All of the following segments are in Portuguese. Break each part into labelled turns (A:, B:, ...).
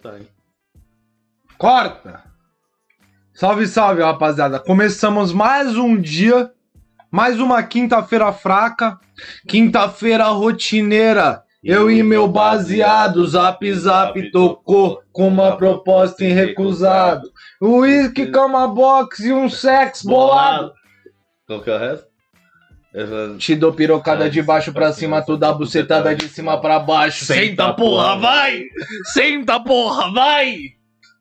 A: Time.
B: Corta! Salve, salve, rapaziada. Começamos mais um dia, mais uma quinta-feira fraca, quinta-feira rotineira. Eu e meu baseado, zap zap tocou com uma proposta irrecusável. Whisky, cama box e um sex bolado.
A: Qual que é o resto? é Eu falei,
B: Te dou pirocada de baixo pra cima, tu dá bucetada de cima pra baixo. Senta porra, vai! Senta porra, vai!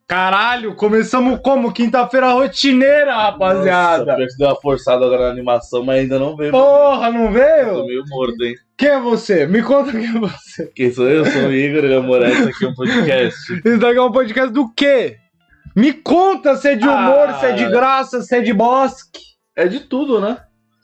B: Caralho, começamos como? Quinta-feira rotineira,
A: Nossa,
B: rapaziada.
A: pior que deu uma forçada agora na animação, mas ainda não veio.
B: Porra, não
A: Eu tô
B: veio?
A: meio morto, hein?
B: Quem é você? Me conta quem é você.
A: Quem sou eu? Sou o Igor Gamoré, isso aqui é um podcast.
B: Isso daqui é um podcast do quê? Me conta se é de humor,
A: Ah.
B: se é de graça, se é de bosque,
A: É de tudo, né?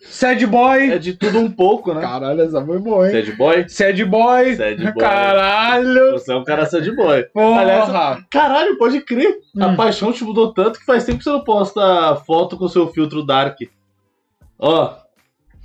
B: se é de boy.
A: É de tudo um pouco, né?
B: Caralho, essa foi boa, hein?
A: Sad boy?
B: Se é de boy.
A: Sad boy.
B: Caralho.
A: Você é um cara sad boy.
B: Porra.
A: Aliás, Caralho, pode crer.
B: Hum.
A: A paixão te mudou tanto que faz tempo que você não posta foto com seu filtro dark. Ó,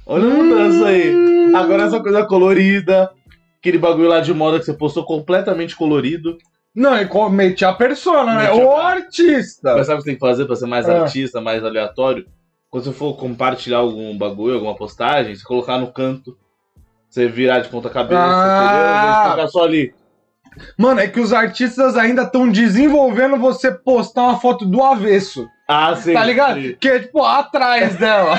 A: olha
B: Hum.
A: a mudança aí. Agora essa coisa colorida, aquele bagulho lá de moda que você postou completamente colorido.
B: Não, e co- meti a persona, né?
A: Meti a-
B: O artista!
A: Mas sabe o que você tem que fazer pra ser mais
B: Ah.
A: artista, mais aleatório? Quando você for compartilhar algum bagulho, alguma postagem, você colocar no canto, você virar de ponta cabeça, entendeu?
B: Ah.
A: Você colocar só ali.
B: Mano, é que os artistas ainda estão desenvolvendo você postar uma foto do avesso.
A: Ah, sim.
B: Tá ligado?
A: sim.
B: Que é, tipo, atrás dela.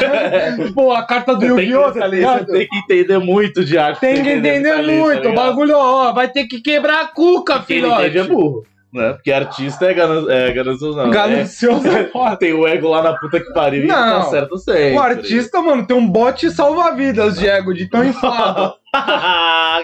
B: Pô, a carta do
A: Você tem que-
B: Yu-Gi-Oh!
A: você
B: tá
A: tem-
B: ligado?
A: Você tem que entender muito de arte.
B: Tem que entender muito. o bagulho, ó, vai ter que quebrar a cuca,
A: tá Quem não entende é
B: filhote.
A: burro. Né? Porque artista é, ganan é ganancioso, não.
B: Ganancioso é
A: É,
B: foda.
A: tem o ego lá na puta que pariu e
B: Não.
A: tá certo sempre.
B: O artista, mano, tem um bote salva-vidas, Diego, de tão inflado.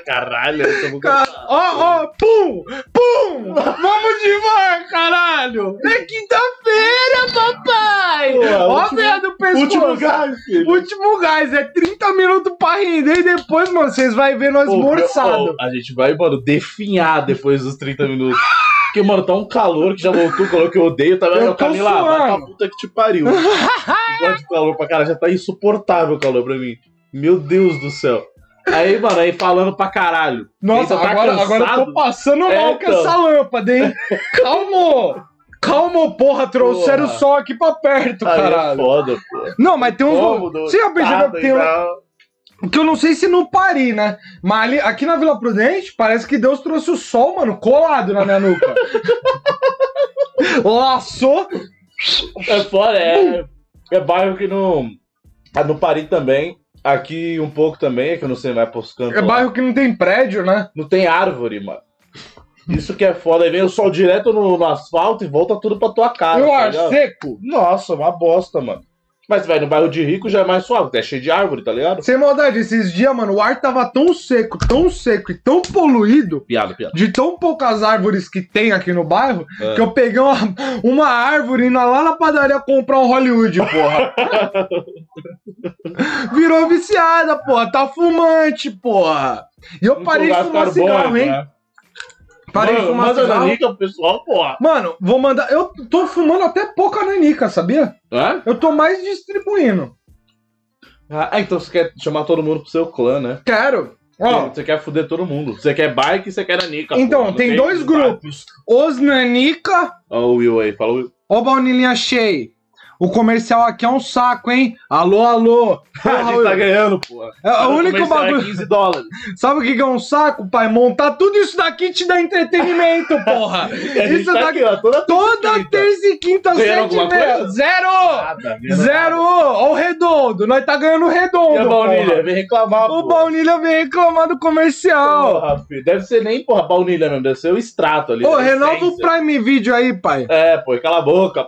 A: Caralho, eu tô muito
B: Cara, Ó, ó, pum! Pum! Vamos de van, caralho! É quinta-feira, papai!
A: Pô, é
B: Ó,
A: último-
B: velho, do pescoço!
A: Último lugar, filho.
B: Último gás, é 30 minutos pra render e depois, mano, vocês vão ver nós
A: Pô, tá
B: morçado.
A: meu- ó, a gente vai, mano, definhar depois dos 30 minutos. Porque, mano, tá um calor que já voltou, calor que eu odeio. Tá
B: Eu
A: vendo?
B: tô
A: Camila, vai pra
B: suando.
A: puta que te pariu. Igual de calor pra cara, já tá insuportável o calor pra mim. Meu Deus do céu. Aí, mano, aí falando pra caralho.
B: Nossa,
A: Então tá
B: agora, agora eu
A: cansado?
B: tô passando mal
A: É,
B: com
A: então.
B: essa lâmpada, hein? Calmo! Calmo, porra, trouxeram o
A: Porra.
B: sol aqui pra perto,
A: Aí é
B: caralho.
A: foda, pô.
B: Não, mas tem uns.
A: Cômodo,
B: Você já percebeu
A: nada
B: que
A: e
B: tem um-
A: tal.
B: que eu não sei se no Paris, né? Mas ali, aqui na Vila Prudente, parece que Deus trouxe o sol, mano, colado na minha nuca. Laçou.
A: É foda, é. É bairro que não. Ah, no Paris também. Aqui um pouco também, é que eu não sei mais pros cantos.
B: É
A: lá.
B: bairro que não tem prédio, né?
A: Não tem árvore, mano. Isso que é foda. Aí vem o sol direto no, no asfalto e volta tudo pra tua cara.
B: e o
A: tá
B: ar
A: ligado?
B: seco.
A: Nossa, uma bosta, mano. Mas, velho, no bairro de rico já é mais suave, porque é cheio de árvore, tá ligado?
B: Sem maldade, esses dias, mano, o ar tava tão seco, tão seco e tão poluído.
A: Piada, piada.
B: de tão poucas árvores que tem aqui no bairro,
A: É.
B: que eu peguei uma, uma árvore indo lá na padaria comprar um Hollywood, porra. Virou viciada, porra. Tá fumante, porra. E eu parei de fumar cigarro, hein? Parei de fumar
A: né? manda
B: cigarro.
A: nanica pro pessoal, porra.
B: Mano, vou mandar. Eu tô fumando até pouca nanica, sabia?
A: Hã?
B: Eu tô mais distribuindo.
A: Ah, então você quer chamar todo mundo pro seu clã, né?
B: Quero. Ó,
A: Você quer fuder todo mundo. Você quer bike e você quer nanica.
B: Então,
A: não
B: tem dois grupos. os nanica
A: Ó o Will aí, fala o Will.
B: Ó, baunilinha cheia. O comercial aqui é um saco, hein? Alô, alô.
A: a gente tá ganhando, porra.
B: É o único
A: Comercial é
B: bagulho.
A: 15 dólares.
B: Sabe o que que é um saco, pai? Montar tudo isso daqui te dá entretenimento, porra.
A: E a gente
B: Isso
A: tá
B: daqui-
A: aqui, ó, toda
B: Toda
A: Quinta. Tá
B: terça e quinta,
A: Ganhando
B: sete e
A: alguma
B: meia.
A: coisa?
B: Zero!
A: Nada, ganhando
B: Zero! Ó o redondo. Nós tá ganhando redondo,
A: E a
B: porra.
A: baunilha? Vem reclamar,
B: O
A: pô.
B: baunilha vem reclamar do comercial.
A: Porra, filho. Deve ser nem, porra, baunilha mesmo. Deve ser o extrato ali.
B: Ô,
A: a
B: renova o
A: essência.
B: Prime Video aí, pai.
A: É, pô. Cala a boca.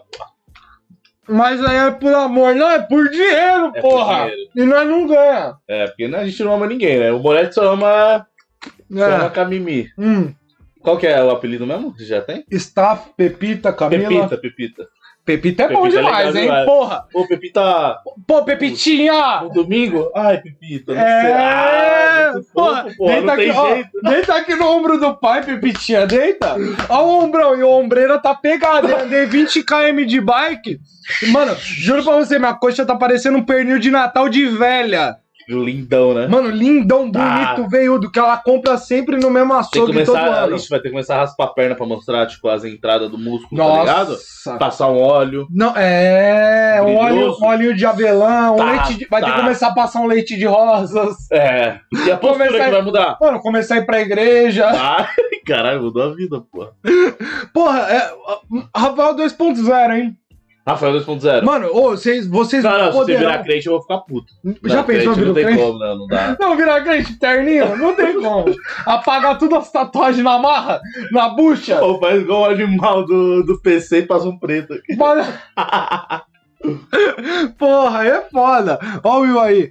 B: Mas aí é por amor, não, é por dinheiro,
A: É por
B: porra.
A: dinheiro.
B: E nós não ganha.
A: É, porque né, a gente não ama ninguém, né? O Moretti só ama... Só ama
B: É.
A: Camimi.
B: Hum.
A: Qual que é o apelido mesmo? que Já tem?
B: Staff, Pepita, Camila. Pepita,
A: Pepita, Pepita.
B: é bom
A: Pepita é legal
B: demais, hein?
A: demais.
B: Porra.
A: Ô, Pepita...
B: Pô, Pepitinha!
A: No domingo? Ai, Pepita, não sei.
B: É,
A: Ah, muito
B: porra,
A: fofo, porra.
B: deita,
A: Não
B: aqui,
A: tem
B: ó,
A: jeito. né?
B: deita aqui no ombro do pai, Pepitinha, deita. Ó o ombrão, e o ombreira tá pegado. Eu andei 20 km de bike. Mano, juro pra você, minha coxa tá parecendo um pernil de Natal de velha.
A: Viu? Lindão, né?
B: Mano, lindão,
A: Tá.
B: bonito, veiudo, que ela compra sempre no mesmo
A: Tem que
B: açougue todo
A: começar.
B: ano.
A: Ixi, vai ter que começar a raspar a perna pra mostrar, tipo, as entradas do músculo, tá ligado?
B: Nossa.
A: Passar um óleo.
B: Não, é, um óleo,
A: Brilhoso.
B: um óleo de avelã, um
A: Tá,
B: leite de, vai ter
A: tá.
B: que começar a passar um leite de rosas.
A: É. E a postura
B: Começar-
A: que vai mudar?
B: Mano, começar a ir pra igreja.
A: Ai, caralho, mudou a vida, porra.
B: Porra, é, Rafael 2.0, hein?
A: Rafael 2.0.
B: Mano, ô, vocês, vocês
A: Não, não, se você
B: poderão-
A: virar crente, eu vou ficar puto.
B: Já pensou
A: Não, crente,
B: virar
A: Não tem
B: crente?
A: como, né? não, não dá.
B: Não, virar crente, terninho, não tem como. Apagar tudo as tatuagens na marra, na bucha.
A: Ou faz igual o animal do, do PC e passa um preto aqui.
B: Mano... Porra, é foda. Ó o Will aí.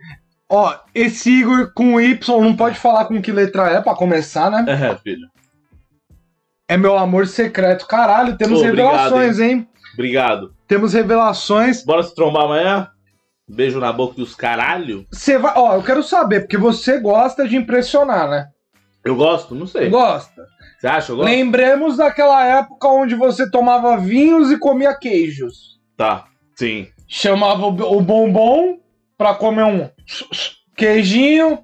B: Ó, esse Igor com Y não pode falar com que letra é pra começar, né?
A: É, filho.
B: É meu amor secreto. Caralho, temos
A: Pô, obrigado,
B: revelações, hein?
A: Obrigado.
B: Temos revelações.
A: Bora se trombar amanhã? Beijo na boca dos caralho?
B: Você vai. Ó, eu quero saber, porque você gosta de impressionar, né?
A: Eu gosto? Não sei.
B: Gosta.
A: Você acha? Eu gosto?
B: Lembremos daquela época onde você tomava vinhos e comia queijos.
A: Tá. Sim.
B: Chamava o o bombom pra comer um queijinho,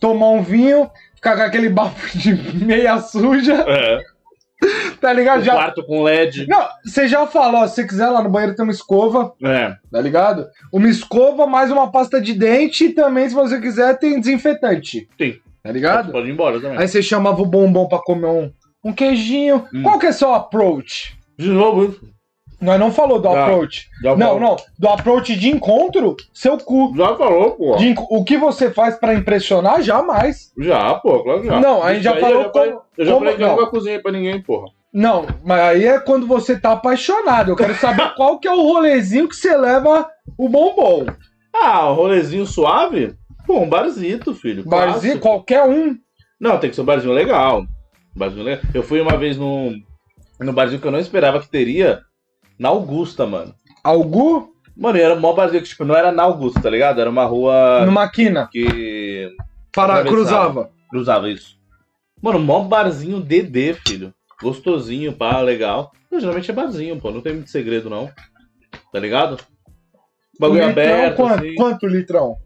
B: tomar um vinho, ficar com aquele bafo de meia suja,
A: É.
B: tá ligado?
A: O
B: Já...
A: quarto com LED.
B: Não, você já falou, se você quiser lá no banheiro tem uma escova,
A: É.
B: tá ligado? Uma escova, mais uma pasta de dente e também, se você quiser, tem desinfetante.
A: Sim.
B: Tá ligado?
A: Pode ir embora também.
B: Aí você chamava o bombom pra comer um, um queijinho.
A: Hum.
B: Qual que é seu approach?
A: De novo, isso.
B: Nós não falou do
A: Não. tá
B: approach.
A: Já
B: Não,
A: falou.
B: não. Do approach de encontro, seu cu.
A: Já falou, pô.
B: De enco- o que você faz pra impressionar, jamais.
A: Já, pô, claro que já.
B: Não, a gente já
A: Isso aí
B: falou
A: Eu já falei,
B: como-
A: eu já
B: como-
A: falei que
B: não.
A: eu nunca cozinhei pra ninguém, porra.
B: Não, mas aí é quando você tá apaixonado. Eu quero saber qual que é o rolezinho que você leva o bombom.
A: Ah, um rolezinho suave? Pô, um barzito, filho.
B: Barzinho,
A: clássico.
B: qualquer um.
A: Não, tem que ser um barzinho legal. Um barzinho legal. Eu fui uma vez num, num barzinho que eu não esperava que teria, na Augusta, mano.
B: Algu
A: Mano, e era o maior barzinho que, tipo, não era na Augusta, tá ligado? Era uma rua
B: numa quina. Um
A: que
B: Para,
A: atravessava.
B: cruzava.
A: cruzava isso. Mano, o maior barzinho DD, filho. Gostosinho, pá, legal. Não, geralmente é barzinho, pô. Não tem muito segredo, não. Tá ligado? Bagulho
B: litrão,
A: aberto,
B: quanto,
A: assim.
B: quanto litrão?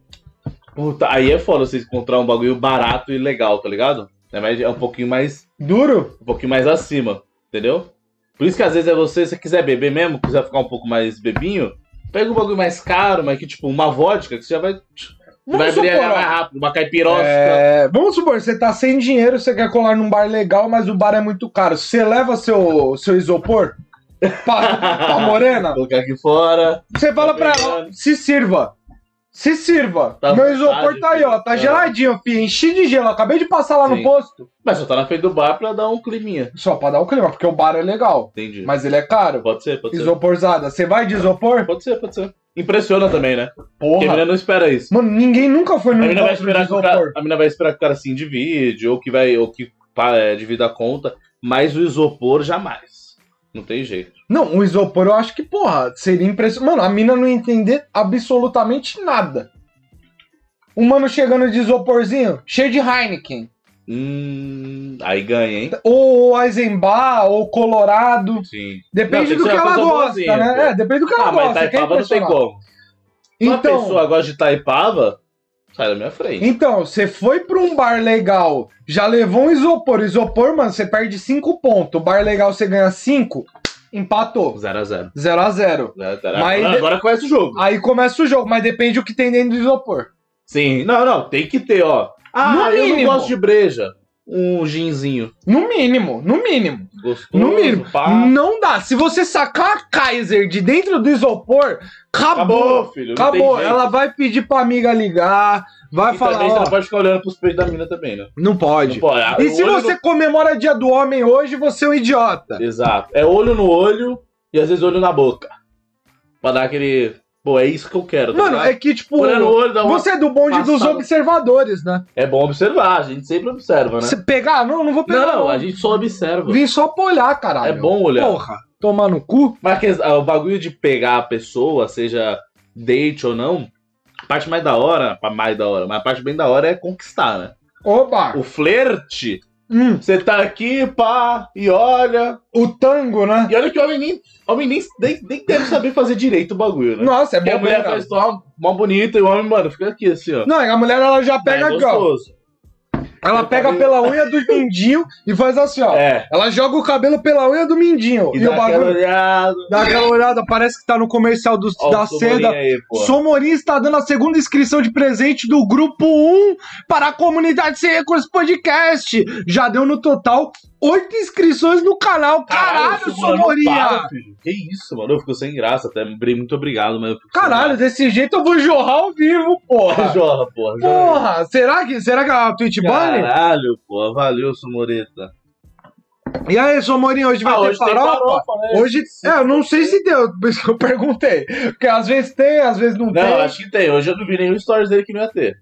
A: Puta, aí é foda você encontrar um bagulho barato e legal, tá ligado? É, mais, é um pouquinho mais
B: Duro?
A: um pouquinho mais acima, entendeu? Por isso que às vezes é você, se você quiser beber mesmo, quiser ficar um pouco mais bebinho, pega um bagulho mais caro, mas que tipo, uma vodka, que você já vai, vai
B: supor,
A: brilhar
B: ó,
A: mais rápido, uma caipirosca.
B: É, vamos supor, você tá sem dinheiro, você quer colar num bar legal, mas o bar é muito caro. Você leva seu, seu isopor pra, pra morena?
A: Colocar aqui fora.
B: Você fala pra ela,
A: pegando.
B: se sirva. Se sirva.
A: Tá à
B: Meu
A: vontade,
B: isopor tá aí, ó. Tá
A: filho.
B: geladinho, fi. Enchi de gelo. Acabei de passar lá no
A: Sim.
B: posto.
A: Mas só tá na frente do bar pra dar um climinha.
B: Só pra dar o clima, porque o bar é legal.
A: Entendi.
B: Mas ele é caro.
A: Pode ser, pode ser.
B: Isoporzada. Você vai de isopor?
A: Pode ser, pode ser. Impressiona também, né? Porque a
B: Porra. Hum,
A: menina não espera isso.
B: Mano, ninguém nunca foi
A: A
B: num
A: menina vai
B: encontro de
A: esperar que o cara,
B: isopor.
A: a menina vai esperar que o cara se divide ou que vai, ou que pá, é, divida a conta, mas o isopor jamais. Não tem jeito.
B: Não, o isopor eu acho que, porra, seria impressionante. Mano, a mina não ia entender absolutamente nada. Um mano chegando de isoporzinho, cheio de Heineken.
A: Hum, aí ganha, hein?
B: Ou Eisenbach, ou Colorado.
A: Sim.
B: Depende
A: tem
B: do
A: que
B: que
A: ser uma
B: ela
A: coisa
B: gosta,
A: boazinha,
B: né?
A: pô.
B: É, depende do que ela
A: Ah, mas
B: gosta. quer
A: Taipava não tem
B: impressionar.
A: como. Se uma
B: Então,
A: pessoa gosta de Taipava, sai da minha frente.
B: então, você foi pra um bar legal, já levou um isopor. Isopor, mano, você perde 5 pontos. O bar legal você ganha 5, empatou.
A: 0x0.
B: 0 a 0 Então- Mas-
A: Agora, agora conhece o jogo.
B: Aí começa o jogo, mas depende o que tem dentro do isopor.
A: Sim. Não, não, tem que ter, ó. Ah,
B: No
A: eu
B: mínimo.
A: não gosto de breja. Um ginzinho.
B: No mínimo, no mínimo.
A: Gostoso.
B: No mínimo.
A: pá.
B: Não dá. Se você sacar a Kaiser de dentro do isopor, acabou.
A: Acabou, filho. não
B: Acabou.
A: tem jeito.
B: Ela vai pedir pra amiga ligar, vai
A: E
B: falar.
A: também você
B: ó,
A: não pode ficar olhando pros peitos da mina também, né?
B: não pode.
A: Não pode.
B: E
A: O
B: se
A: olho
B: você comemora dia do homem hoje, você é um idiota.
A: no- Exato. É olho no olho e às vezes olho na boca. Pra dar aquele... Pô, é isso que eu quero. tá
B: Mano,
A: ligado?
B: é que, tipo,
A: Olhando o olho, dá uma
B: você é do bonde dos
A: passada.
B: observadores, né?
A: É bom observar, a gente sempre observa, né?
B: Você pegar? Não, não vou pegar.
A: Não, a gente só observa.
B: Vim só pra olhar,
A: É
B: caralho.
A: bom olhar.
B: Porra, tomar no cu.
A: Mas que- ah, o bagulho de pegar a pessoa, seja date ou não, a parte mais da hora, a mais da hora, mas a parte bem da hora é conquistar, né?
B: Oba.
A: O flerte
B: Hum,
A: Você tá aqui, pá, e olha.
B: o tango, né?
A: E olha que homem nem. Homem nem, nem, nem deve saber fazer direito o bagulho, né?
B: Nossa, é
A: Porque a
B: bom
A: mulher
B: pra
A: faz só mó bonita e o homem, mano, fica aqui assim, ó.
B: Não, a mulher ela já pega
A: é
B: aqui, ó.
A: gostoso.
B: Ela
A: Eu
B: pega
A: falei-
B: pela unha do mindinho e faz assim, ó.
A: tá É.
B: Ela joga o cabelo pela unha do mindinho.
A: E,
B: E,
A: dá
B: o bagulho
A: aquela olhada.
B: dá aquela olhada, parece que tá no comercial dos-
A: Ó,
B: da
A: o Somorinho
B: seda.
A: Aí, pô.
B: Somorim está dando a segunda inscrição de presente do Grupo 1 para a comunidade Sem Recursos Podcast. Já deu no total oito inscrições no canal. Caralho,
A: o Somorinho
B: Somorinha!
A: para, filho. Que isso, mano. Eu fico sem graça até. Bri- Muito obrigado, mas eu fico sem
B: Caralho, desse jeito eu vou jorrar ao vivo,
A: graça.
B: porra.
A: Jorra, porra. jorra.
B: Porra, será que, será que a Twitch bane?
A: Caralho, porra. Valeu, Sumoreta.
B: E aí, Somorinho,
A: Ah,
B: Ah, hoje vai ter farofa?
A: né?
B: Hoje, é, eu não sei se deu, por isso que eu perguntei. Porque às vezes tem, às vezes não,
A: Não,
B: tem.
A: acho que tem. Hoje eu não vi nenhum stories dele que não ia ter.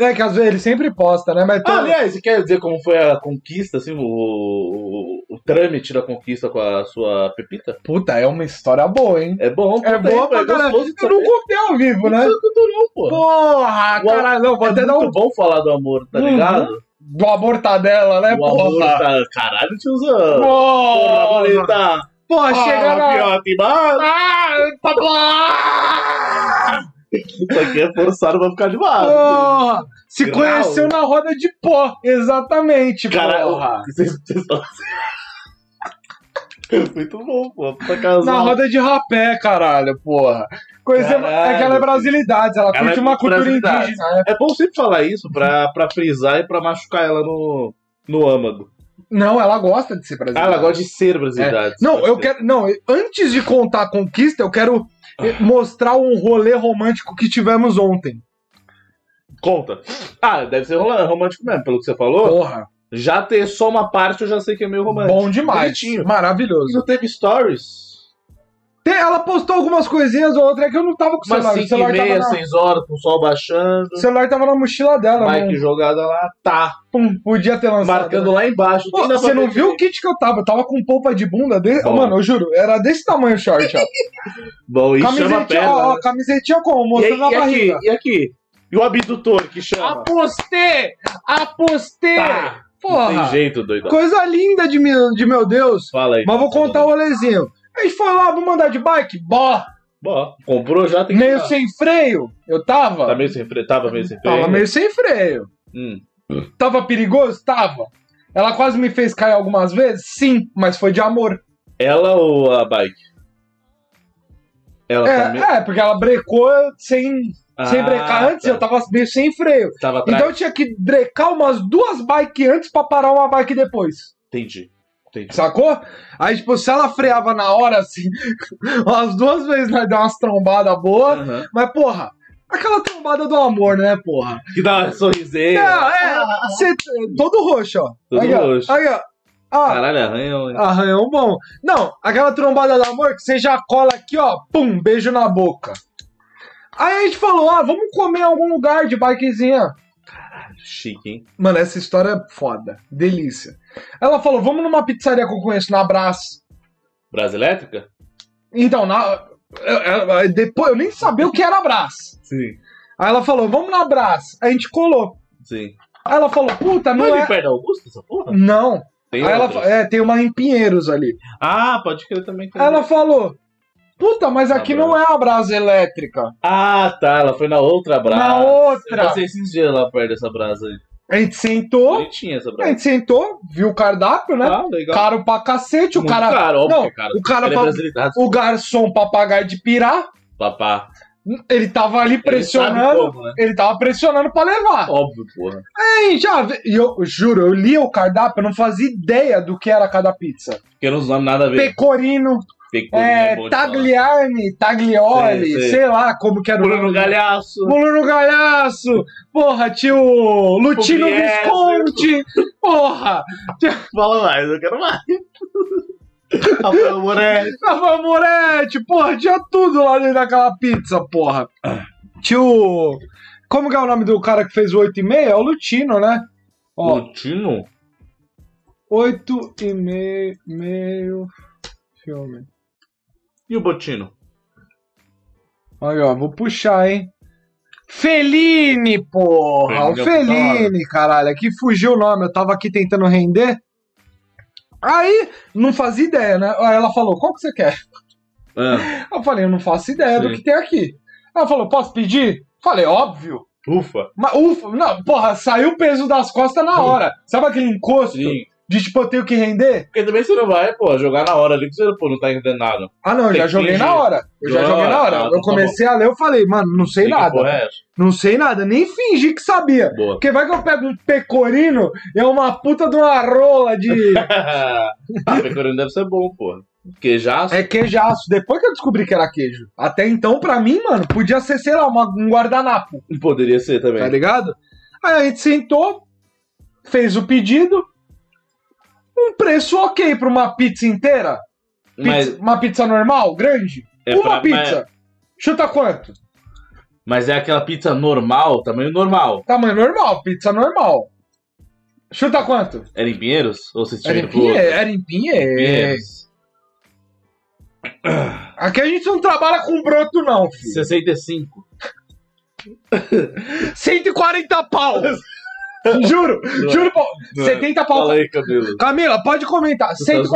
B: É que às vezes ele sempre posta, né? Mas
A: Ah,
B: todo-
A: aliás, você quer dizer como foi a conquista, assim, o, o, o trâmite da conquista com a sua pepita?
B: Puta, é uma história boa, hein?
A: É bom,
B: É boa pra caralho. Eu não contei ao vivo, né?
A: Não contou não, pô.
B: Porra, caralho, não, vou
A: É
B: até dar
A: muito
B: um.
A: bom falar do amor, tá
B: Uhum.
A: ligado?
B: Do abortadela, né,
A: o amor
B: porra?
A: tá... Caralho, tiozão. Porra, Ah,
B: Porra,
A: boleta.
B: porra, chega
A: Porra,
B: na.
A: piote, mano.
B: Ah, tá bom!
A: Isso aqui é forçado pra ficar de lado.
B: Porra! Se
A: Grau.
B: conheceu na roda de pó, exatamente,
A: Caralho,
B: porra.
A: vocês vocês estão... Muito bom, pô. Pra casar.
B: Na roda de rapé, caralho, porra. Conheceu... É que ela é
A: Caralho.
B: brasilidades, ela,
A: Ela
B: curte
A: é
B: uma
A: muito
B: cultura
A: brasilidades.
B: indígena. né?
A: É bom sempre falar isso pra, pra frisar e pra machucar ela no, no âmago.
B: Não, ela gosta de ser
A: Ah,
B: brasileira.
A: ela gosta de ser brasileira.
B: É. Não, eu quero. Não, eu- antes de contar a conquista, eu quero eh,
A: Ah.
B: mostrar um rolê romântico que tivemos ontem.
A: Conta. Ah, deve ser rola- romântico mesmo, pelo que você falou.
B: Porra,
A: Já ter só uma parte eu já sei que é meio romântico.
B: bom demais.
A: Bonitinho. E
B: Maravilhoso.
A: não teve stories?
B: Tem- ela postou algumas coisinhas ou outra é que eu não tava com o
A: Umas
B: celular. O
A: 5
B: celular,
A: e
B: tava
A: meia,
B: na,
A: 6 horas, com o sol baixando.
B: o celular tava na mochila dela,
A: Mike
B: mano.
A: jogada lá, tá.
B: Pum, podia ter lançado. né?
A: Marcando lá embaixo.
B: Pô,
A: Nem dá pra
B: você não
A: ver
B: viu o
A: direito.
B: kit que eu tava? Eu tava com polpa de bunda. De...
A: Bom.
B: Mano, eu juro, era desse tamanho o short, ó.
A: Bom, e chama a
B: Camisetinha,
A: perna.
B: ó, ó,
A: né?
B: camisetinha como?
A: e, aí,
B: Mostrando
A: e
B: a
A: aqui,
B: tá barriga.
A: e aqui? E o abdutor que chama?
B: Apostei! Apostei!
A: Tá. Não tem
B: Porra!
A: jeito, doidão.
B: Coisa linda de meu, de meu Deus.
A: Fala aí.
B: Mas vou contar o rolezinho. A gente foi lá, vamos andar de bike? Bó!
A: Tá Bom, comprou já, tem que
B: Meio
A: dar.
B: sem freio. Eu tava?
A: Tá meio sem freio, tava meio sem freio.
B: Tava meio sem freio.
A: Hum.
B: Tava perigoso? Tava. Ela quase me fez cair algumas vezes? Sim, mas foi de amor.
A: Ela ou a bike? Ela
B: É,
A: também. Ah, tá.
B: é, porque ela brecou sem, sem brecar antes, eu tava meio sem freio.
A: tava atrás.
B: Então eu tinha que brecar umas duas bikes antes pra parar uma bike depois.
A: Entendi. Entendi.
B: Sacou? Aí, tipo, se ela freava na hora, assim, umas duas vezes nós deu umas trombadas boas.
A: Aham.
B: Mas, porra, aquela trombada do amor, né, porra?
A: Que dá uma
B: É,
A: sorriseira.
B: é, cê- todo roxo, ó.
A: Ah, Todo
B: aí, ó,
A: roxo.
B: Aí, ó. Ah,
A: Caralho, é arranhão. hein?
B: arranhão bom. Não, aquela trombada do amor que você já cola aqui, ó. Pum, beijo na boca. Aí a gente falou, ah, vamos comer em algum lugar de bikezinha.
A: Chique, hein?
B: Mano, essa história é foda. Delícia. Ela falou, vamos numa pizzaria que eu conheço, na Brás.
A: Brasa elétrica?
B: Então, na... eu- eu- eu- depois eu nem sabia o que era Brás.
A: Sim.
B: Aí ela falou, vamos na Brás. Aí a gente colou.
A: Sim.
B: Aí ela falou, puta, não
A: Não é
B: é...
A: ali perto da Augusta, essa porra?
B: Não.
A: Tem
B: Aí ela,
A: outras.
B: fa- é, tem uma em Pinheiros ali.
A: Ah, pode crer também. que-
B: Aí ela falou: Puta, mas aqui não é a brasa elétrica.
A: Ah, tá. Ela foi na outra brasa.
B: Na
A: Eu
B: outra.
A: passei esses dias lá perto dessa brasa aí.
B: A gente sentou,
A: Bonitinha essa
B: a
A: brasa.
B: gente sentou, viu o cardápio, É, então, né?
A: Ah, legal.
B: Caro pra cacete, o
A: Muito
B: cara.
A: caro, óbvio
B: Não,
A: que é caro.
B: o cara tá
A: Ele é
B: fala-
A: brasileirado,
B: O garçom papagaio de pirá,
A: papá.
B: ele tava ali
A: Ele
B: pressionando.
A: sabe como, né? Tá
B: Ele tava pressionando pra levar.
A: Óbvio, porra.
B: Aí já. vi- E eu juro, eu li o cardápio, eu não fazia ideia do que era cada pizza.
A: Porque não usamos nada a ver.
B: Pecorino,
A: Tem que
B: é, tagliarne, taglioli,
A: Sei, sei.
B: sei lá como que era o
A: Bruno
B: nome.
A: Galhaço.
B: Pulo no galhaço! Porra, tio Lutino
A: Pugliese.
B: Visconti! Porra!
A: Fala mais, eu quero mais. Rafael Moretti.
B: Rafa Moretti! Porra, tinha tudo lá dentro daquela pizza, porra! Tio. Como que é o nome do cara que fez o 8 e meia? É o Lutino, né? Ó,
A: Lutino?
B: 8 e meio, meio filme.
A: E o Botino?
B: Aí, ó, vou puxar, hein? Fellini, porra! o
A: Fellini é o que tá lá,
B: Fellini, caralho. Aqui fugiu o nome, eu tava aqui tentando render. Aí, não fazia ideia, né? Aí ela falou, qual que você quer?
A: Ah,
B: Eu falei, eu não faço ideia do
A: Sim.
B: que tem aqui. Ela falou, posso pedir? Falei, óbvio.
A: ufa.
B: Mas, ufa, não, porra, saiu o peso das costas na hora. Sabe aquele encosto
A: Sim.
B: de tipo, eu tenho que render?
A: Porque também você não vai, pô, jogar na hora ali que você pô, não tá entendendo nada.
B: Ah, não, eu
A: Tem
B: já
A: que
B: joguei na
A: fingir.
B: hora. Eu já
A: Ah,
B: joguei na hora.
A: tá,
B: eu
A: tá
B: comecei a ler, eu falei, mano, não sei
A: Que
B: nada.
A: porra é essa?
B: Não sei nada, nem fingi que sabia.
A: Boa.
B: Porque vai que eu pego um pecorino e é uma puta de uma rola de.
A: ah, pecorino deve ser bom, pô. Queijaço.
B: é queijaço. Depois que eu descobri que era queijo. Até então, pra mim, mano, podia ser, sei lá, uma- um guardanapo,
A: Poderia ser
B: tá
A: também.
B: ligado? Aí a gente sentou, fez o pedido. Um preço ok pra uma pizza inteira? Pizza-
A: Mas
B: uma pizza normal, grande?
A: é,
B: uma
A: pra-
B: pizza.
A: Mas,
B: Chuta quanto?
A: mas é aquela pizza normal, tamanho normal.
B: Tamanho normal, pizza normal. Chuta quanto?
A: Era em Pinheiros? É Ou vocês
B: Era
A: tiveram
B: em
A: pro outro?
B: Pinheiro. Era em Pinheiro.
A: Pinheiros.
B: Aqui a gente não trabalha com broto, não, filho.
A: 65.
B: 140 pau! juro,
A: Não é.
B: juro, pau.
A: Não é.
B: 70 pau.
A: Fala aí, Camilo.
B: Camila, pode comentar.
A: Você tá
B: 140,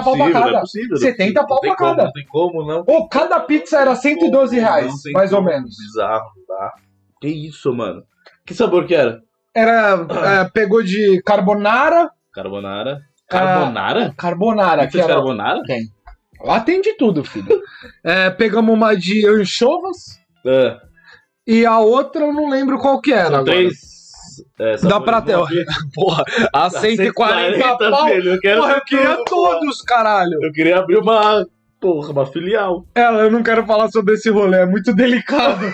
A: zoando. Não, não é
B: 70 pau pra cada.
A: possível, Não é possível, não é
B: 70
A: possível.
B: pau pra
A: Não tem como,
B: cada.
A: Não tem como, não.
B: Ou cada pizza era 112 reais,
A: Não tem
B: mais ou
A: como,
B: menos.
A: Bizarro, não dá. Que isso, mano. Que sabor que era?
B: Era. é, pegou de carbonara.
A: Carbonara. Carbonara?
B: Carbonara, que
A: Fez
B: era.
A: carbonara?
B: Tem. Lá tem de tudo, filho. É, pegamos uma de anchovas
A: É.
B: e a outra eu não lembro qual que era.
A: São
B: Agora.
A: três. Tá, É,
B: Dá
A: sabores
B: pra
A: de
B: ter, ó.
A: nove.
B: Porra, a 140 pau.
A: filho, Eu quero
B: Porra, eu
A: ter
B: queria
A: tudo.
B: todos, caralho.
A: Eu queria abrir uma. Porra, uma filial.
B: Ela, eu não quero falar sobre esse rolê, é muito delicado.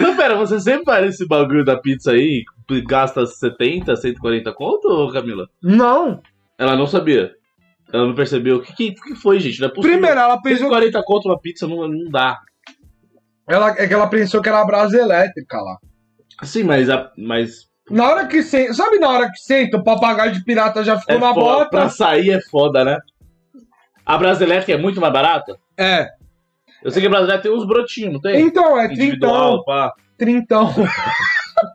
A: Não, pera, você sempre vai nesse bagulho da pizza aí, gasta 70, 140 conto, ô, Camila?
B: Não.
A: Ela não sabia. Ela não percebeu. O que, que, que foi, gente? Não é possível.
B: Primeiro, ela pensou.
A: 140 conto uma pizza não, não dá.
B: Ela, é que ela pensou que era a brasa elétrica lá.
A: Sim, Assim, mas. A, mas
B: Na hora que senta. Sabe na hora que senta, o papagaio de pirata já ficou
A: é
B: na
A: foda.
B: bota?
A: Pra sair é foda, né? A brasileira que é muito mais barata?
B: É.
A: Eu sei que a brasileira tem uns brotinhos, não tem?
B: Então, é trintão.
A: Individual, pá.
B: Trintão.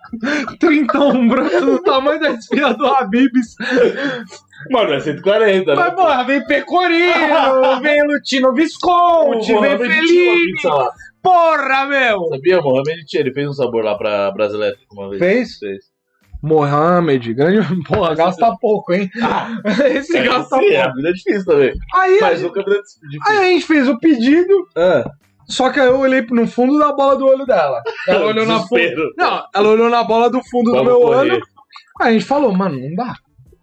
B: trintão branco do tamanho da espinha do Habibs.
A: Mano, é 140, né?
B: Mas, porra, vem Pecorino, vem Lutino Visconti,
A: O
B: vem
A: Mohamed tinha uma
B: Felipe.
A: pizza lá.
B: Porra, meu!
A: Sabia, Mohamed tinha, ele fez um sabor lá pra brasileira uma vez.
B: Fez?
A: Fez.
B: Mohamed, grande. Porra, gasta pouco, hein?
A: Ah,
B: Esse tá gasta
A: sim,
B: pouco.
A: a vida é difícil também.
B: Aí,
A: Mas nunca vida é difícil.
B: aí a gente fez o pedido,
A: Ah,
B: só que aí eu olhei no fundo da bola do olho dela. Ela olhou na fundo.
A: desespero.
B: Não, ela olhou na bola do fundo do
A: Vamos
B: meu
A: correr.
B: olho. Aí a gente falou, mano, não dá.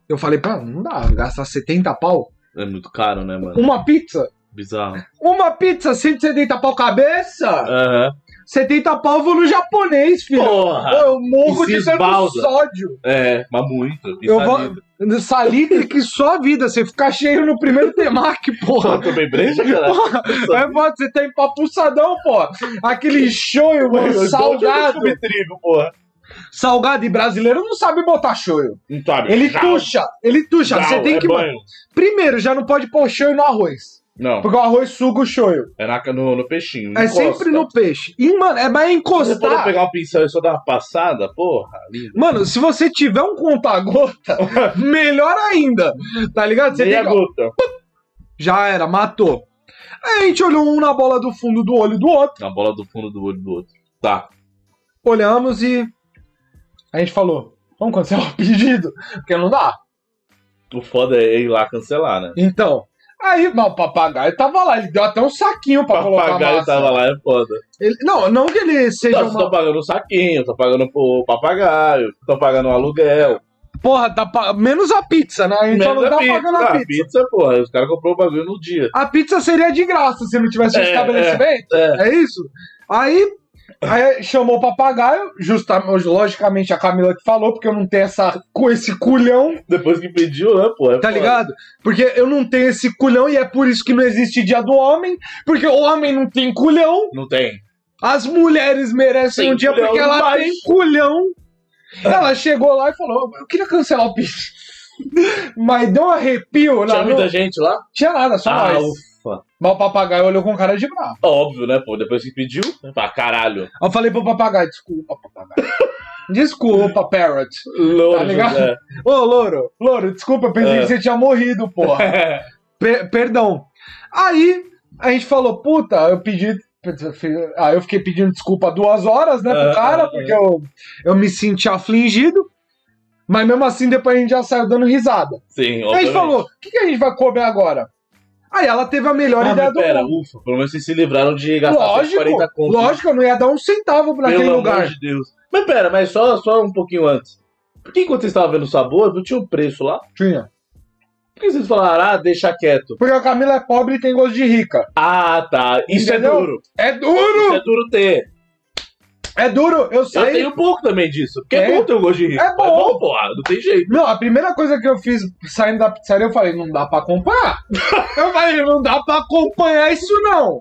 B: Eu falei, pá, não dá, gastar 70 pau.
A: É muito caro, né, mano?
B: Uma pizza?
A: Bizarro.
B: Uma pizza, 170 pau cabeça?
A: Aham.
B: 70 pau eu vou no japonês, filho.
A: Porra!
B: Pô, eu morro
A: Tá. E se
B: de tanto
A: esbalda.
B: sódio.
A: É, mas muito. Isso
B: Eu
A: é
B: vou-
A: lindo.
B: Salitre que só a vida, você ficar cheio no primeiro temaki,
A: Porra,
B: porra.
A: eu tomei breja, cara.
B: Porra, é foda, você tá empapuçadão, pô. Aquele shoyu,
A: Porra,
B: mano,
A: eu
B: salgado.
A: comi trigo, porra.
B: Salgado e brasileiro não sabe botar shoyu.
A: Não sabe.
B: Ele
A: Já-
B: tuxa, ele tuxa.
A: já-
B: Você tem
A: é
B: que.
A: banho.
B: Primeiro, já não pode pôr shoyu no arroz.
A: Não,
B: Porque o arroz suga o shoyu.
A: é na, no, no peixinho.
B: É
A: encosta.
B: sempre no peixe. E, mano, é mais
A: Você poder
B: encostar.
A: pegar uma pincel e só dar uma passada, porra, lindo.
B: Mano, se você tiver um conta-gota, melhor ainda. Tá ligado? Você
A: Meia
B: tem que...
A: é gota.
B: Já era, matou. Aí a gente olhou um na bola do fundo do olho do outro,
A: Na bola do fundo do olho do outro. Tá.
B: olhamos e. A gente falou: vamos cancelar o pedido, porque não dá.
A: O foda é ir lá cancelar, né?
B: Então. Aí, mas o papagaio tava lá, ele deu até um saquinho pra colocar a
A: papagaio
B: massa.
A: tava lá, é foda.
B: Ele- não, não que ele seja
A: Tá, Você
B: uma.
A: tá pagando o saquinho, tá pagando o papagaio, tá pagando o aluguel.
B: Porra, tá pa- menos a pizza, né? A gente só
A: Menos
B: não tá
A: a pizza.
B: pagando a
A: Ah,
B: pizza.
A: pizza, porra. Os caras comprou o bagulho no dia.
B: A pizza seria de graça se não tivesse o
A: É,
B: estabelecimento.
A: é,
B: É, isso? Aí, aí chamou o papagaio, justamente, logicamente a Camila que falou, porque eu não tenho essa, cu- esse culhão,
A: Depois que pediu, né, porra? é
B: tá
A: foda.
B: ligado? Porque eu não tenho esse culhão e é por isso que não existe dia do homem, porque o homem não tem culhão,
A: Não tem.
B: as mulheres merecem
A: Tem
B: um dia
A: culhão
B: porque ela
A: demais.
B: tem culhão. Ela chegou lá e falou: Eu queria cancelar o pedido. Mas deu um arrepio,
A: Tinha
B: não,
A: muita
B: não
A: gente lá?
B: tinha nada, só
A: Ah,
B: nós.
A: Rafa.
B: Mas o papagaio olhou com cara de bravo.
A: Óbvio, né, pô? Depois que pediu, pra caralho.
B: Eu falei pro papagaio, desculpa, papagaio. Desculpa, parrot.
A: Louco,
B: Tá ligado?
A: né?
B: Ô, louro, louro, desculpa, eu pensei
A: É.
B: que você tinha morrido, porra.
A: né?
B: Per- perdão. Aí a gente falou, puta, eu pedi. Aí eu fiquei pedindo desculpa duas horas, né, pro
A: Ah,
B: cara,
A: ah,
B: porque eu, eu me senti afligido. Mas mesmo assim, depois a gente já saiu dando risada.
A: Sim,
B: Aí a
A: obviamente.
B: gente falou: o que, que a gente vai comer agora? Aí ela teve a melhor
A: Ah,
B: ideia
A: mas
B: do
A: pera,
B: mundo.
A: ufa, pelo menos vocês se livraram de gastar
B: Lógico,
A: 40 contos.
B: lógico, eu não ia dar um centavo pra aquele
A: pelo
B: lugar.
A: amor de Deus. Mas pera, mas só, só um pouquinho antes. Por que enquanto vocês estavam vendo o sabor, não tinha o preço lá?
B: Tinha.
A: Por que vocês falaram, ah, deixa quieto?
B: Porque a Camila é pobre e tem gosto de rica.
A: Ah, tá. Isso é
B: Entendeu?
A: duro.
B: É
A: Isso
B: duro!
A: é duro ter.
B: É duro! Eu
A: Eu
B: saí.
A: tenho um pouco também disso. Porque
B: É.
A: é, bom ter um gosto de rico.
B: É bom.
A: porra. Não tem jeito.
B: Não, a primeira coisa que eu fiz saindo da pizzaria, eu falei, não dá pra acompanhar. eu falei, não dá pra acompanhar isso não.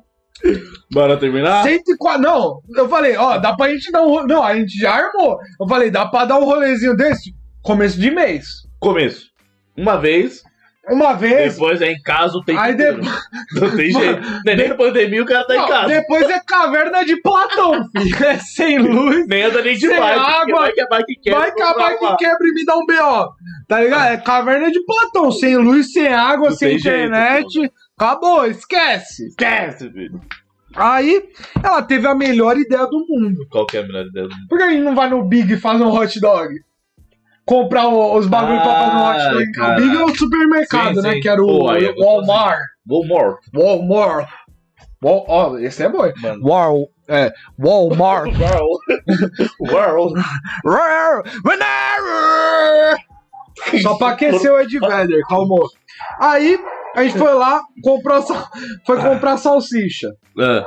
A: Bora terminar?
B: 104, não. Eu falei, ó, dá pra gente dar um rolê. Não, a gente já armou. Eu falei, dá pra dar um rolezinho desse? Começo de mês.
A: Começo. Uma vez,
B: Uma vez.
A: depois é em casa o tempo
B: Aí
A: inteiro.
B: depois-
A: Não tem jeito. Nem nem pandemia o cara tá em
B: Não,
A: casa.
B: depois é caverna de Platão, filho. É sem luz.
A: Nem anda nem de
B: Sem
A: bike.
B: água.
A: porque Vai que a bike quebra.
B: Vai acabar
A: vai lá.
B: que quebra e me dá um B.O. Tá ligado? É caverna de Platão. Sem luz, sem água,
A: Não
B: sem
A: tem jeito,
B: internet. Acabou, esquece.
A: Esquece, filho.
B: Aí ela teve a melhor ideia do mundo.
A: Qual que é a melhor ideia do mundo?
B: Por que a gente não vai no Big e faz um hot dog? Comprar o- os bagulho pra fazer um hot
A: Ai,
B: dog.
A: cara.
B: O Big é o supermercado,
A: Ah, Sim,
B: né?
A: sim.
B: Que era o
A: Pô, aí é eu vou
B: Walmart.
A: Vou morto.
B: Walmart. Wal, ó, esse é bom. hein?
A: Mano.
B: Wal, é, Walmart.
A: World. World.
B: Roar, Whenever! Só pra aquecer o Ed Vedder, calmou. Aí a gente foi lá, comprou, sal- foi comprar salsicha.
A: Ah,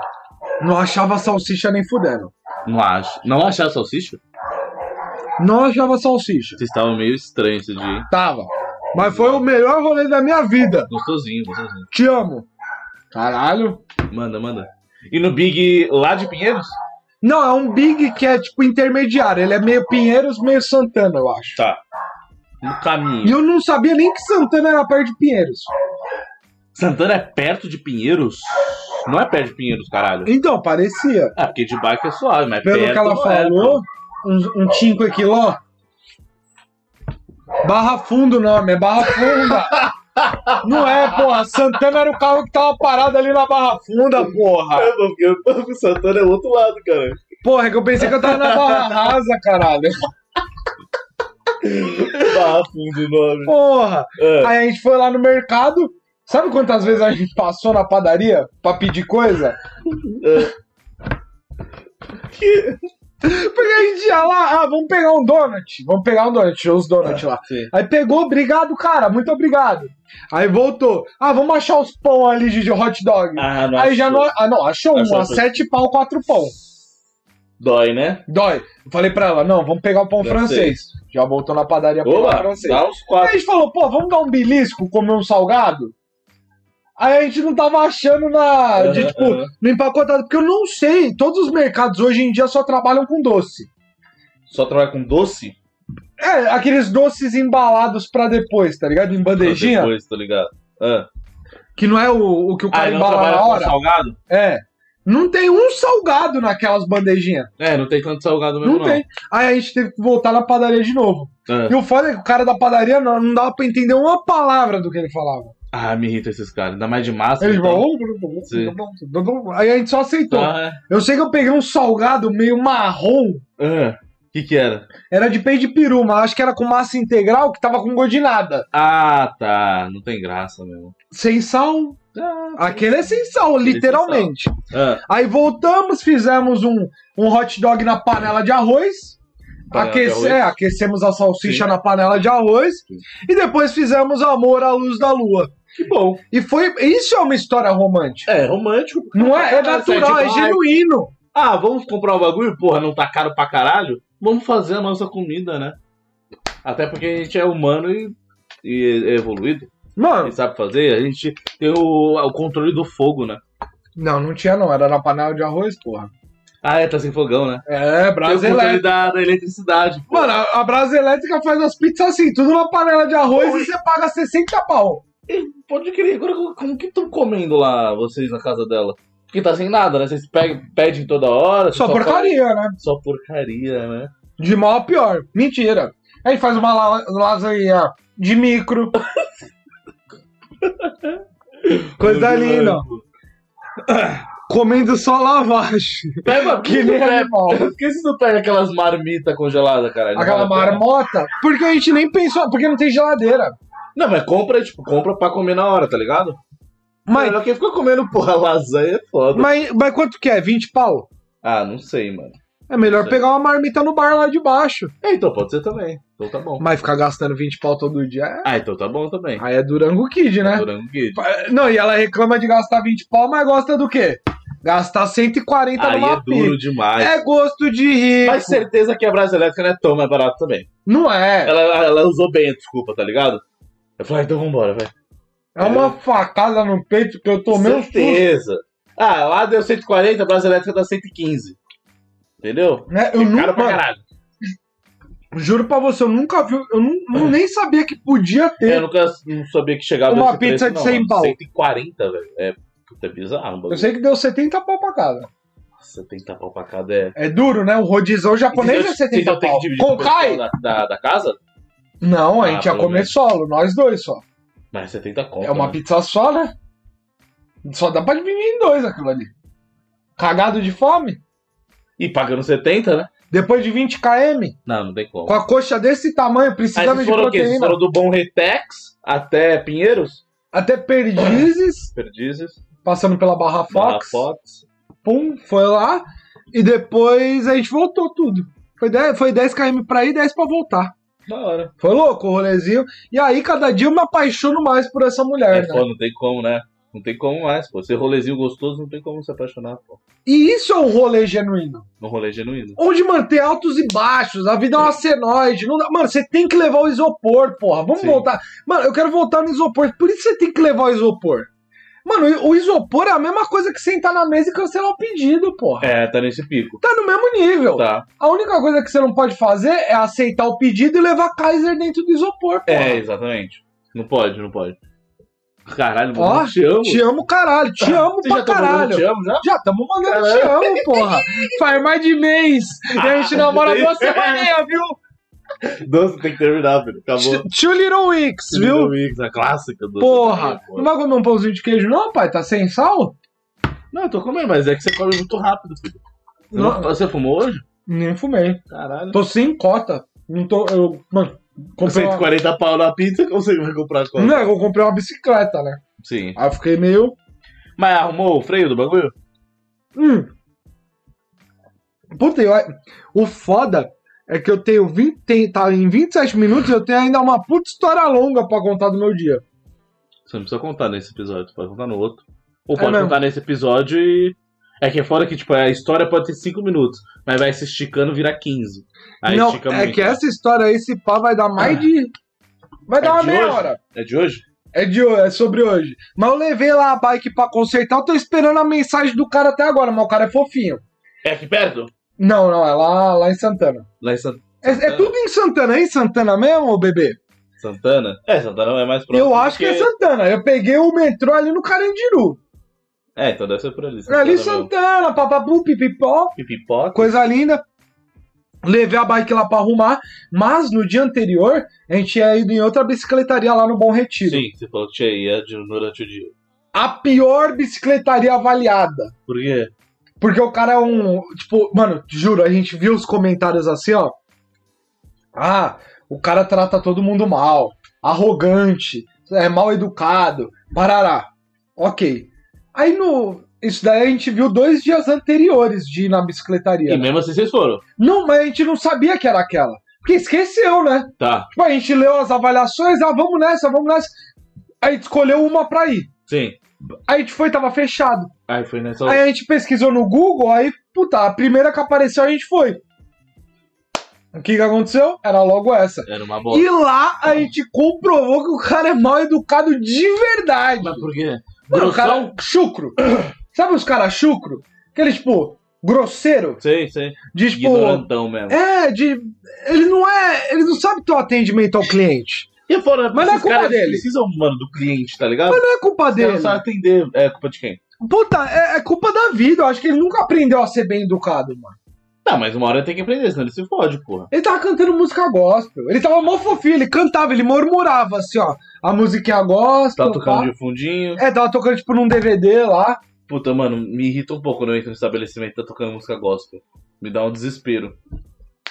B: Não achava salsicha nem fudendo.
A: não acho. Não acharam salsicha?
B: Não achava salsicha.
A: Vocês estavam meio estranhos esse dia. hein?
B: Tava. Mas foi o melhor rolê da minha vida.
A: Gostosinho, gostosinho.
B: Te amo. Caralho.
A: Manda, manda. E no Big lá de Pinheiros?
B: Não, é um Big que é tipo intermediário. Ele é meio Pinheiros, meio Santana, eu acho.
A: Tá. No
B: E
A: caminho.
B: eu não sabia nem que Santana era perto de Pinheiros.
A: Santana é perto de Pinheiros? Não é perto de Pinheiros, caralho.
B: Então, parecia.
A: Ah, porque de bike é suave, mas
B: Pelo
A: perto
B: que ela
A: não é,
B: falou,
A: pô.
B: um 5 aqui, ó. Barra Fundo o nome, é Barra Funda. não é, porra. Santana era o carro que tava parado ali na Barra Funda, porra.
A: É, porque eu tô com Santana é o outro lado, cara.
B: Porra, é que eu pensei que eu tava na Barra Rasa, caralho.
A: Barra fundo o Tá nome.
B: Porra.
A: É.
B: Aí a gente foi lá no mercado. Sabe quantas vezes a gente passou na padaria pra pedir coisa?
A: Que-
B: Porque a gente ia lá, ah, vamos pegar um donut. Vamos pegar um donut, tirou os donuts lá.
A: Sim.
B: Aí pegou, obrigado, cara, muito obrigado. Aí voltou. Ah, vamos achar os pão ali de de hot dog.
A: Ah, não
B: Aí já
A: achou.
B: não. Ah, não, achou,
A: Achou
B: um, a
A: tudo.
B: sete pau, quatro pão.
A: Dói, né?
B: Dói. Eu falei pra ela, não, vamos pegar o pão
A: Francês.
B: francês. Já voltou na padaria pra pegar o
A: Oba,
B: francês.
A: dá uns
B: Aí a
A: quatro.
B: gente falou, pô, vamos dar um belisco, comer um salgado? Aí a gente não tava achando na. De,
A: Aham,
B: tipo,
A: aham.
B: no empacotado. Porque eu não sei. Todos os mercados hoje em dia só trabalham com doce.
A: Só trabalha com doce?
B: É, aqueles doces embalados pra depois, tá ligado? Em bandejinha.
A: Depois, tá ligado? Ah,
B: Que não é o, o que o cara
A: ah não
B: embala
A: trabalha
B: na
A: com
B: hora.
A: salgado?
B: É. Não tem um salgado naquelas bandejinhas.
A: É, não tem tanto salgado mesmo,
B: Não,
A: não.
B: tem. Aí a gente teve que voltar na padaria de novo.
A: Ah.
B: E o foda é que o cara da padaria não, não dava pra entender uma palavra do que ele falava.
A: Ah, me irrita esses caras. Ainda mais de massa.
B: Ele
A: então.
B: falou. Aí a gente só aceitou.
A: Ah,
B: Eu sei que eu peguei um salgado meio marrom.
A: é. Ah, que que era?
B: Era de peixe de peru, mas acho que era com massa integral que tava com gosto de nada.
A: Ah, tá. Não tem graça mesmo.
B: Sem sal.
A: Ah,
B: Aquele é sem sal,
A: Aquele é
B: literalmente.
A: ah,
B: Aí voltamos, fizemos um, um hot dog na panela de arroz.
A: Panela de
B: Aque-
A: arroz.
B: é, aquecemos a salsicha
A: Sim.
B: na panela de arroz.
A: Sim.
B: E depois fizemos amor à luz da lua.
A: que bom.
B: E foi. Isso é uma história romântica.
A: É, romântico.
B: Não é? É
A: Caralho,
B: natural,
A: sai
B: é
A: de baile.
B: genuíno.
A: Ah, vamos comprar o bagulho? Porra, não tá caro pra caralho? Vamos fazer a nossa comida, né? Até porque a gente é humano e, e é evoluído. A
B: Mano,
A: gente sabe fazer, a gente tem o, o controle do fogo, né?
B: não, não tinha não. Era na panela de arroz, porra.
A: Ah, é, tá sem fogão, né?
B: É,
A: Tem o
B: brasa
A: controle
B: elétrica.
A: da, da eletricidade. pô.
B: Mano, a a brasa elétrica faz as pizzas assim, tudo na panela de arroz e você paga 60 pau.
A: Pode crer, agora como- como que estão comendo lá vocês na casa dela? Porque tá sem nada, né? Vocês pe- pedem toda hora.
B: Só
A: por
B: porcaria, né?
A: Só porcaria, né?
B: De mal a pior. Mentira. Aí faz uma la- lasanha de micro. Coisa
A: Meu Deus,
B: linda.
A: mano.
B: Comendo só lavagem.
A: Pega né?
B: Que nem animal.
A: Por que vocês não pegam aquelas marmitas congeladas, caralho?
B: Aquela
A: Vale a pena.
B: marmota. Porque a gente nem pensou. Porque não tem geladeira.
A: Não, mas compra, tipo, compra pra comer na hora, tá ligado?
B: Mas,
A: Melhor quem ficou comendo, porra, lasanha é foda.
B: mas, mas quanto que é? 20 pau?
A: Ah, não sei, mano.
B: É melhor
A: Sei.
B: pegar uma marmita no bar lá de baixo.
A: É, então pode ser também. Então tá bom.
B: Mas ficar gastando 20 pau todo dia. é-
A: Ah, então tá bom também.
B: Aí é Durango Kid, né?
A: Durango Kid.
B: Não, e ela reclama de gastar 20 pau, mas gosta do quê? Gastar 140
A: Aí
B: tá numa
A: é duro
B: pizza.
A: demais.
B: É gosto de rico.
A: Mas certeza que a Brasa Elétrica não é tão mais barata também.
B: Não é.
A: Ela, ela usou bem a desculpa, tá ligado? Eu falei, ah, então vambora, vai.
B: É uma facada no peito que eu tomei um susto.
A: Certeza. Ah, lá deu 140, a Brasa Elétrica dá 115. Entendeu?
B: Né? Eu
A: Cara é
B: nunca,
A: pra caralho.
B: juro pra você, eu nunca vi, eu não, não- nem sabia que podia
A: Eu
B: ter.
A: nunca não sabia que chegava
B: Uma
A: esse preço,
B: pizza de
A: não,
B: 100
A: mano.
B: pau.
A: 140, velho. É, puta, é bizarro.
B: Eu sei que deu 70 pau pra cada.
A: 70 pau pra cada é
B: É duro, né? O rodizão japonês é
A: Vocês já- vocês já
B: 70
A: têm que
B: pau.
A: dividir
B: Com
A: com o pessoal
B: Kai?
A: Da, da, da casa?
B: Não, a
A: Ah,
B: gente ia
A: pelo
B: comer
A: menos.
B: solo, nós dois só.
A: Mas 70 conto.
B: É uma
A: né?
B: pizza só, né? Só dá pra dividir em dois aquilo ali. Cagado de fome?
A: E pagando 70, né?
B: Depois de 20 km,
A: Não, não tem como.
B: com a coxa desse tamanho,
A: Aí
B: precisando
A: vocês
B: de
A: foram o quê? Vocês
B: proteína.
A: foram do Bom Retex até Pinheiros?
B: Até perdizes,
A: Perdizes.
B: passando pela Barra
A: Barra
B: Fox.
A: Fox.
B: Pum, foi lá. E depois a gente voltou tudo. Foi 10, foi 10 km pra ir, 10 pra voltar.
A: Da hora.
B: Foi louco o rolezinho. E aí, cada dia eu me apaixono mais por essa mulher,
A: É,
B: né?
A: pô, não tem como, né? Não tem como mais, pô. Ser rolezinho gostoso, não tem como se apaixonar, pô.
B: E isso é um rolê genuíno.
A: Num rolê genuíno.
B: Onde manter altos e baixos. A vida é uma senoide. Não dá... Mano, você tem que levar o isopor, porra. Vamos
A: Sim.
B: voltar. Mano, eu quero voltar no isopor. Por isso você tem que levar o isopor. Mano, o isopor é a mesma coisa que sentar na mesa e cancelar o pedido, porra.
A: É, tá nesse pico.
B: Tá no mesmo nível.
A: Tá.
B: A única coisa que você não pode fazer é aceitar o pedido e levar Kaiser dentro do isopor, porra.
A: É, exatamente. Não pode, não pode. Caralho, mano,
B: Ó,
A: eu te amo.
B: Te amo, caralho. Te amo
A: Você
B: pra
A: já tá mandando
B: caralho.
A: te amo já?
B: Já estamos mandando te amo, porra. Faz mais de mês. E a
A: Ah,
B: gente namora duas semaninhas, viu?
A: Doce, tem que terminar, velho. Acabou.
B: Two- Two Little Weeks, viu?
A: Mix, a clássica do
B: Porra.
A: Pô.
B: Não vai comer um pãozinho de queijo, não, pai? Tá sem sal?
A: Não, eu tô comendo, mas é que você come muito rápido, filho. Você
B: Não.
A: não- Você fumou hoje?
B: Nem fumei.
A: Caralho.
B: Tô sem cota. Não tô. Eu, mano,
A: Com
B: comprei. Uma...
A: 140 pau na pizza, como você vai comprar quanto?
B: Não, é eu comprei uma bicicleta, né?
A: Sim.
B: Aí eu fiquei meio.
A: Mas arrumou o freio do bagulho?
B: Hum. Puta, eu, o foda é que eu tenho 20, tem- tá em 27 minutos eu tenho ainda uma puta história longa pra contar do meu dia.
A: Você não precisa contar nesse episódio, pode contar no outro. Ou pode
B: É mesmo.
A: contar nesse episódio e. É que é fora que, tipo, a história pode ter 5 minutos, mas vai se esticando virar 15. Aí
B: não,
A: estica
B: é
A: muito.
B: que essa história aí, esse pá, vai dar mais de. Vai
A: É
B: dar uma
A: de
B: meia
A: hoje?
B: hora.
A: É de hoje?
B: É de ho- é sobre hoje. Mas eu levei lá a bike pra consertar, eu tô esperando a mensagem do cara até agora, mas o cara é fofinho.
A: É aqui perto?
B: Não, não, é lá, lá em Santana.
A: Lá em Sant-
B: É, é tudo em Santana, é em Santana mesmo, ô bebê?
A: Santana? É, Santana é mais próximo.
B: eu acho que é Santana. Eu peguei o metrô ali no Carandiru.
A: É, então deve ser por ali.
B: ali em
A: mesmo.
B: Santana, papapu, pipipó.
A: E pipoca.
B: coisa linda. Levei a bike lá pra arrumar, mas no dia anterior a gente tinha ido em outra bicicletaria lá no Bom Retiro.
A: Sim, você falou que tinha ia de- durante o dia.
B: A pior bicicletaria avaliada.
A: Por quê?
B: Porque o cara é um. Tipo, mano, juro, a gente viu os comentários assim, ó. Ah, o cara trata todo mundo mal, arrogante, é mal educado, parará. Ok. Aí no. Isso daí a gente viu dois dias anteriores de ir na bicicletaria. né?
A: E mesmo assim vocês foram.
B: Não, mas a gente não sabia que era aquela. Porque esqueceu, né?
A: Tá,
B: Tipo, a gente leu as avaliações, ah, vamos nessa, vamos nessa. Aí a gente escolheu uma pra ir.
A: sim.
B: Aí a gente foi, tava fechado.
A: Aí foi nessa
B: Aí a gente pesquisou no Google, aí, puta, a primeira que apareceu a gente foi. O que que aconteceu? Era logo essa.
A: Era uma boa.
B: E lá a gente comprovou que o cara é mal educado de verdade.
A: Mas por quê?
B: Mano, o cara é
A: Grossão?
B: um chucro. Sabe os caras chucro? Aquele, tipo, grosseiro.
A: Sei, sei.
B: De, tipo,
A: Ignorantão mesmo.
B: É, de. Ele não é. Ele não sabe ter o atendimento ao cliente.
A: E fora,
B: Mas não é
A: esses
B: culpa
A: caras
B: dele.
A: precisam, mano, do cliente, tá ligado?
B: Mas não é culpa
A: Os caras
B: dele.
A: não sabem atender. É culpa de quem?
B: Puta, é, é culpa da vida. Eu acho que ele nunca aprendeu a ser bem educado, mano.
A: Não, mas uma hora tem que aprender, senão ele se fode, porra.
B: Ele tava cantando música gospel. Ele tava mó fofinho, ele cantava, ele murmurava assim, ó. A musiquinha gospel.
A: Tá tocando
B: pá.
A: de fundinho.
B: É, tava tocando tipo num DVD lá.
A: Puta, mano, me irrita um pouco quando eu entro no estabelecimento e tá tocando música gospel. Me dá um desespero.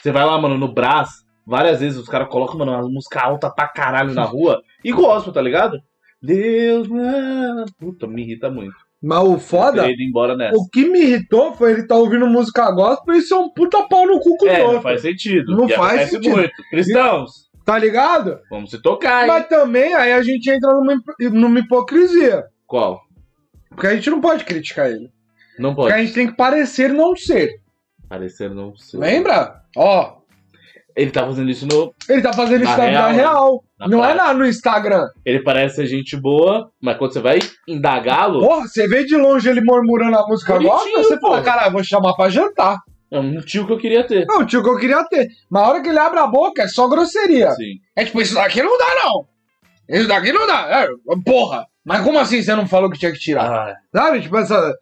A: Você vai lá, mano, no Brás, várias vezes os caras colocam, mano, uma música alta pra caralho na rua e gospel, tá ligado? Deus, mano. Puta, me irrita muito.
B: Mas o foda,
A: Teria ido embora nessa.
B: o que me irritou foi ele tá ouvindo música gospel e isso é um puta pau no cu com
A: É,
B: o
A: não
B: outro.
A: faz sentido.
B: Não
A: E
B: faz
A: acontece
B: sentido.
A: muito. Cristãos,
B: Tá ligado?
A: vamos se tocar, hein?
B: Mas também aí a gente entra numa, hip- numa hipocrisia.
A: Qual?
B: Porque a gente não pode criticar ele.
A: Não
B: Porque
A: pode.
B: a gente tem que parecer não ser.
A: Parecer não ser.
B: Lembra? Ó,
A: um Ele tá fazendo isso no.
B: ele tá fazendo
A: Na
B: isso na vida
A: real, né?
B: real.
A: Na
B: Não é
A: prática.
B: na, no Instagram.
A: Ele parece ser gente boa, mas quando você vai indagá-lo,
B: Porra, você vê de longe ele murmurando a música
A: Bonitinho,
B: gospel, você fala,
A: pô.
B: caralho, vou chamar pra jantar.
A: é um tio que eu queria ter.
B: Não, tio, que eu queria ter. Mas a hora que ele abre a boca, é só grosseria.
A: Sim.
B: É tipo, isso daqui não dá, não. Isso daqui não dá. É, porra. Mas como assim você não falou que tinha que tirar?
A: Ah,
B: Sabe? Tipo essa.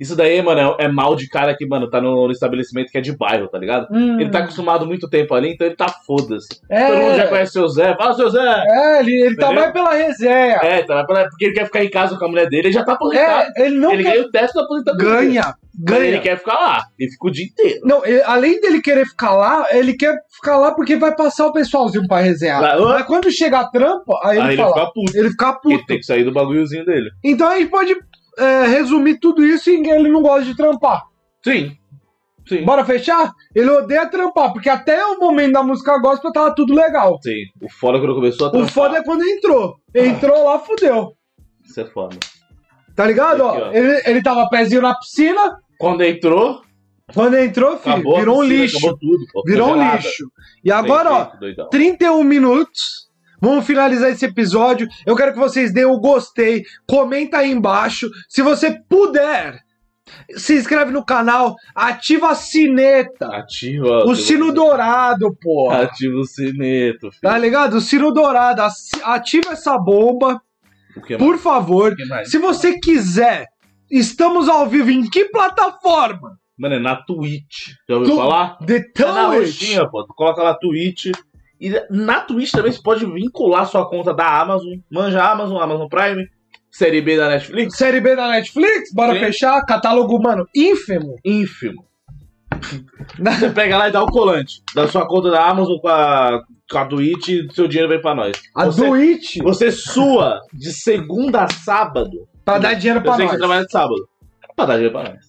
A: Isso daí, mano, é é mal de cara que, mano, tá no, no estabelecimento que é de bairro, tá ligado? Ele tá acostumado muito tempo ali, então ele tá foda-se.
B: Hum. É,
A: Todo mundo já conhece o seu Zé. Fala, seu Zé!
B: é ele, ele tá
A: Entendeu?
B: mais pela resenha.
A: É, tá, porque ele quer ficar em casa com a mulher dele, ele já tá aposentado.
B: É, ele não
A: ele
B: quer-
A: ganha o teste da aposentadoria.
B: ganha.
A: Mas
B: Ganha.
A: Ele quer ficar lá. Ele fica o dia inteiro.
B: Não, ele- além dele querer ficar lá, ele quer ficar lá porque vai passar o pessoalzinho pra resenhar.
A: Lá, ô.
B: Ah, Mas quando chega a trampa, aí ele
A: Aí ele
B: fala.
A: fica puto.
B: Ele fica
A: Ele
B: puto.
A: tem que sair do bagulhozinho dele.
B: Então a gente pode é, resumir tudo isso em que ele não gosta de trampar.
A: Sim. Sim.
B: Bora fechar? Ele odeia trampar, porque até o momento da música gospel tava tudo legal.
A: Sim. O foda quando começou a
B: O
A: trampar.
B: foda é quando entrou. Entrou lá, fudeu.
A: Isso é foda.
B: Tá ligado?
A: Aqui,
B: Ó,
A: ó.
B: ele, ele tava pezinho na piscina,
A: Quando entrou,
B: quando entrou, filho,
A: acabou. a
B: virou um
A: piscina,
B: lixo.
A: Acabou tudo, pô.
B: Virou um
A: Congelada.
B: lixo. E agora, ó,
A: Bem feito, doidão.
B: 31 minutos. Vamos finalizar esse episódio. Eu quero que vocês deem o gostei, comenta aí embaixo. Se você puder, se inscreve no canal, ativa a sineta,
A: Ativa.
B: o sino dourado, porra.
A: Ativa o sineto, filho.
B: Tá ligado? O sino dourado, aci- ativa essa bomba,
A: O que mais?
B: por favor.
A: O que mais?
B: Se você quiser, estamos ao vivo em que plataforma?
A: Mano, é na Twitch. Já ouviu
B: Tu-
A: falar?
B: The
A: É na
B: Twitch.
A: roxinha, pô. Tu coloca lá Twitch. E na Twitch também você pode vincular sua conta da Amazon. Manja Amazon, Amazon Prime. Série B da Netflix.
B: Série B da Netflix, bora
A: Sim.
B: fechar. Catálogo, mano, ínfimo.
A: Ínfimo. Você pega lá e dá o colante. Da sua conta da Amazon com a, com a Twitch e seu dinheiro vem pra nós.
B: A
A: você,
B: Twitch,
A: você sua de segunda a sábado.
B: pra dar dinheiro
A: Eu
B: pra
A: sei
B: nós.
A: que você tá trabalha de sábado. Pra dar dinheiro pra nós.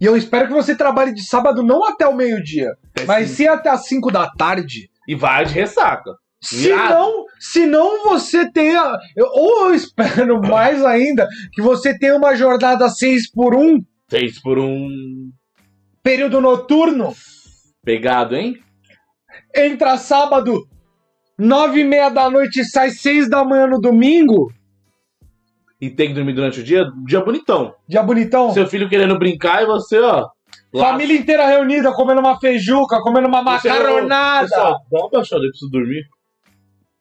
B: E eu espero que você trabalhe de sábado não até o meio-dia,
A: É
B: mas
A: sim.
B: sim até as 5 da tarde.
A: E vai de ressaca.
B: Se
A: Irado.
B: não, se não você tenha. eu- ou eu espero mais ainda que você tenha uma jornada 6 por 1
A: Seis por um.
B: período noturno,
A: Pegado, hein?
B: entra sábado, 9 e meia da noite e sai 6 da manhã no domingo.
A: E tem que dormir durante o dia. Dia bonitão.
B: Dia bonitão.
A: Seu filho querendo brincar e você, ó. lá-
B: Família inteira reunida, comendo uma feijuca, comendo uma
A: Você, ô,
B: macaronada.
A: Pessoal, dá uma baixada, eu preciso dormir.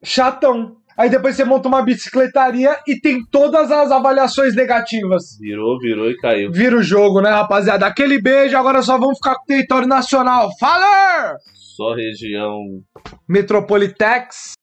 B: Chatão. Aí depois você monta uma bicicletaria e tem todas as avaliações negativas.
A: Virou, virou e caiu.
B: Vira o jogo, né, rapaziada? Aquele beijo, agora só vamos ficar com o território nacional. Fala!
A: Só região
B: Metropolitex.